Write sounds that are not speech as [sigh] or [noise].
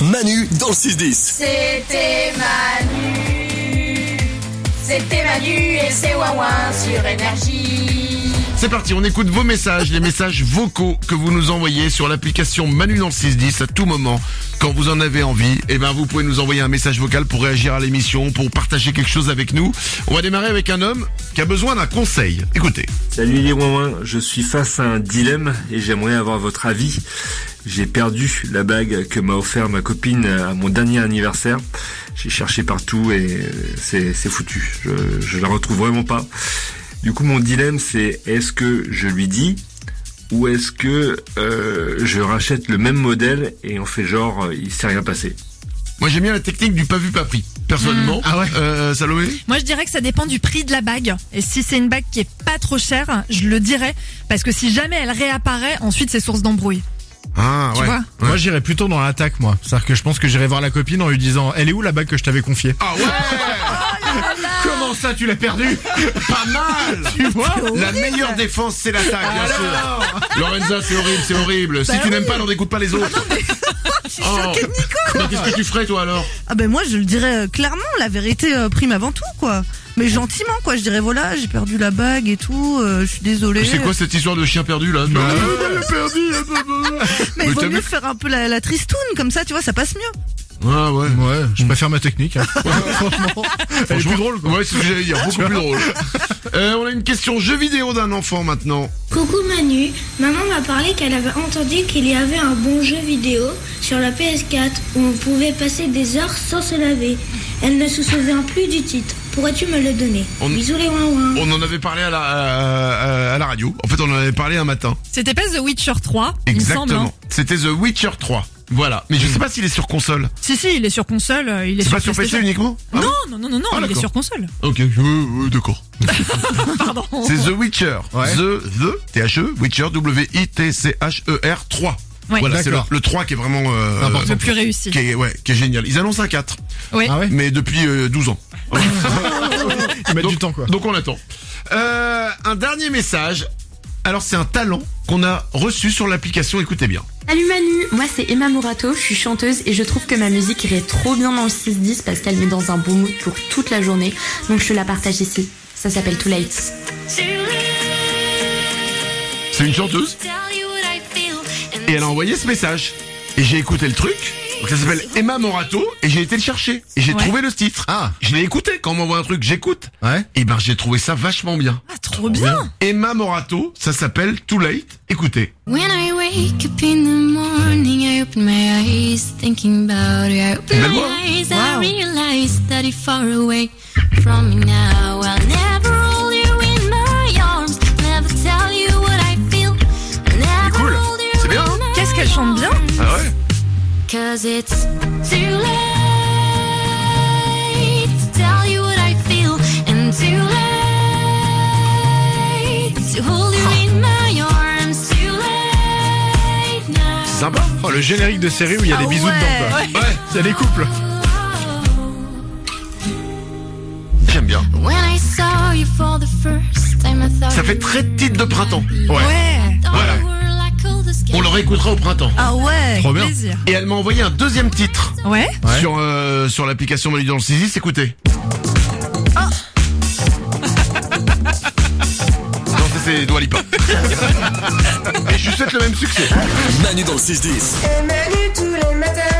Manu dans le 6-10. C'était Manu. C'était Manu et c'est Wawan sur Énergie. C'est parti, on écoute vos messages, les messages vocaux que vous nous envoyez sur l'application Manu dans le 610 à tout moment. Quand vous en avez envie, eh ben vous pouvez nous envoyer un message vocal pour réagir à l'émission, pour partager quelque chose avec nous. On va démarrer avec un homme qui a besoin d'un conseil. Écoutez. Salut les Wouin, je suis face à un dilemme et j'aimerais avoir votre avis. J'ai perdu la bague que m'a offert ma copine à mon dernier anniversaire. J'ai cherché partout et c'est c'est foutu. Je, je la retrouve vraiment pas. Du coup, mon dilemme, c'est est-ce que je lui dis ou est-ce que euh, je rachète le même modèle et on fait genre euh, il s'est rien passé Moi j'aime bien la technique du pas vu pas pris. Personnellement, ah ouais. euh, Salomé Moi, je dirais que ça dépend du prix de la bague. Et si c'est une bague qui est pas trop chère, je le dirais. Parce que si jamais elle réapparaît, ensuite c'est source d'embrouille. Ah Tu vois Moi j'irais plutôt dans l'attaque moi. C'est-à-dire que je pense que j'irais voir la copine en lui disant Elle est où la bague que je t'avais confiée Ah [laughs] ouais Comment ça tu l'as perdue Pas [laughs] mal Tu vois La meilleure défense c'est l'attaque, bien sûr. Ah [laughs] Bah Ah Lorenza, c'est horrible, c'est horrible. si tu n'aimes pas, n'en dégoûte pas les autres. Ah, Oh. Mais Qu'est-ce que tu ferais toi alors Ah ben moi je le dirais euh, clairement, la vérité euh, prime avant tout quoi. Mais gentiment quoi, je dirais voilà, j'ai perdu la bague et tout, euh, je suis désolée. C'est quoi cette histoire de chien perdu là Bah Non, mais Mais Mais vaut t'as mieux vu- faire un peu la, la tristoune comme ça, tu vois, ça passe mieux. Ah ouais. Ouais, je préfère ma technique. [laughs] hein. Franchement, elle est Franchement, plus drôle quoi. Ouais, c'est ce que j'allais dire, beaucoup plus drôle. Euh, on a une question jeu vidéo d'un enfant maintenant. Coucou Manu, maman m'a parlé qu'elle avait entendu qu'il y avait un bon jeu vidéo sur la PS4 où on pouvait passer des heures sans se laver. Elle ne se souvient plus du titre. Pourrais-tu me le donner On- Bisous les ouin On en avait parlé à la, à, à- à la radio. En fait, on en avait parlé un matin. C'était pas The Witcher 3, il me semble. Exactement. hein. C'était The Witcher 3. Voilà. Mais je sais pas s'il est sur console. Si, si, il est sur console, euh, il est, C'est sur pas sur PC PlayStation. uniquement Ah Non, non, non, non, non, Ah, il est d'accord. sur console. Ok, euh, euh, d'accord. [laughs] Pardon. C'est The Witcher. Ouais. The, The, T-H-E, Witcher, W-I-T-C-H-E-R 3. Ouais. E Voilà, c'est le, D'accord. le 3 qui est vraiment... euh, Important. Le plus réussi. qui est, ouais, qui est génial. Ils annoncent un 4, Ouais. Ah ouais mais depuis euh, 12 ans. [laughs] Ils mettent du temps quoi. [laughs] Donc on attend. Euh, un dernier message. Alors c'est un talent qu'on a reçu sur l'application, écoutez bien. Salut Manu, moi c'est Emma Morato, je suis chanteuse et je trouve que ma musique irait trop bien dans le 6-10 parce qu'elle met dans un bon mood pour toute la journée, donc je te la partage ici. Ça s'appelle Too Late. C'est une chanteuse et elle a envoyé ce message. Et j'ai écouté le truc. Donc ça s'appelle Emma Morato et j'ai été le chercher. Et j'ai Ouais. trouvé le titre. Ah. Je l'ai écouté quand on m'envoie un truc, j'écoute. Ouais. Et ben j'ai trouvé ça vachement bien. Ah, trop bien. Emma Morato, ça s'appelle Too Late. Écoutez. When I wake up in the morning, I open my eyes, thinking about you. I open Belle my voix. eyes, I realize that you're far away from me now. I'll never hold you in my arms, never tell you what I feel. Never cool. hold you C'est bien, hein in my Qu'est-ce qu'elle chante bien Ah ouais. Cause it's too late to tell you what I feel, and too late to hold you in my arms. Too late now. [laughs] Sympa. Oh, le générique de série où il y a des bisous dedans quoi. Ouais. Il y a des couples. J'aime bien. When I saw you for the first time, I thought Ça fait très titre de printemps. Ouais. Ouais. Voilà. On le réécoutera au printemps. Ah ouais. Trop bien. Plaisir. Et elle m'a envoyé un deuxième titre Ouais. Ouais. sur euh, sur l'application Manu dans le 6 Écoutez. Non, ça c'est Dua Lipa. Et je lui souhaite le même succès. Manu dans le 6-10. Et Manu tous les matins.